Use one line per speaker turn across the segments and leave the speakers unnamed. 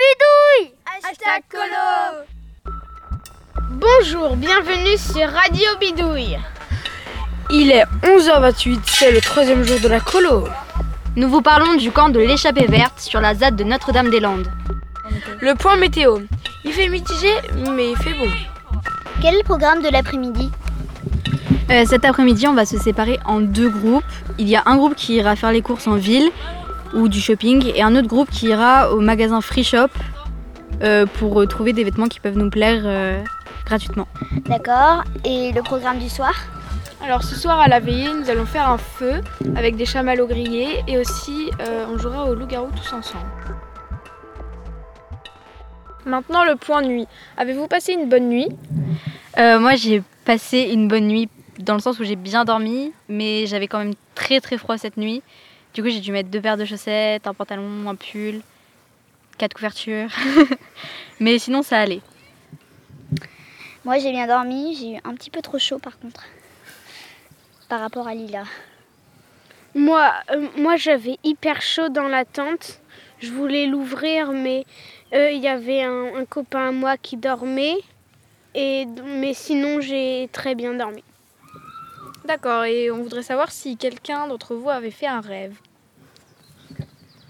bidouille
Hashtag colo
Bonjour, bienvenue sur Radio Bidouille.
Il est 11h28, c'est le troisième jour de la colo.
Nous vous parlons du camp de l'échappée verte sur la ZAD de Notre-Dame-des-Landes.
Le point météo. Il fait mitigé, mais il fait bon.
Quel est le programme de l'après-midi
Euh, cet après-midi, on va se séparer en deux groupes. Il y a un groupe qui ira faire les courses en ville ou du shopping et un autre groupe qui ira au magasin Free Shop euh, pour euh, trouver des vêtements qui peuvent nous plaire euh, gratuitement.
D'accord. Et le programme du soir
Alors ce soir à la veillée, nous allons faire un feu avec des chamallows grillés et aussi euh, on jouera au loup-garou tous ensemble. Maintenant le point nuit. Avez-vous passé une bonne nuit
Euh, moi, j'ai passé une bonne nuit dans le sens où j'ai bien dormi, mais j'avais quand même très très froid cette nuit. Du coup, j'ai dû mettre deux paires de chaussettes, un pantalon, un pull, quatre couvertures. mais sinon, ça allait.
Moi, j'ai bien dormi. J'ai eu un petit peu trop chaud par contre. Par rapport à Lila.
Moi, euh, moi j'avais hyper chaud dans la tente. Je voulais l'ouvrir, mais euh, il y avait un, un copain à moi qui dormait. Et, mais sinon, j'ai très bien dormi.
D'accord, et on voudrait savoir si quelqu'un d'entre vous avait fait un rêve.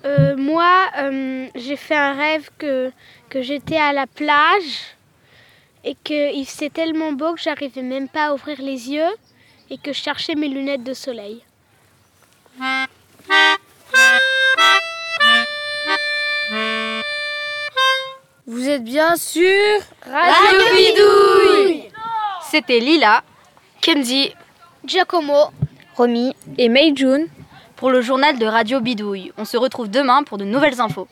Euh, moi, euh, j'ai fait un rêve que, que j'étais à la plage et que il faisait tellement beau que j'arrivais même pas à ouvrir les yeux et que je cherchais mes lunettes de soleil.
Vous êtes bien sûr
Radio Bidouille
C'était Lila
Kenzie
Giacomo,
Romy,
et Mei June.
pour le journal de Radio Bidouille. On se retrouve demain pour de nouvelles infos.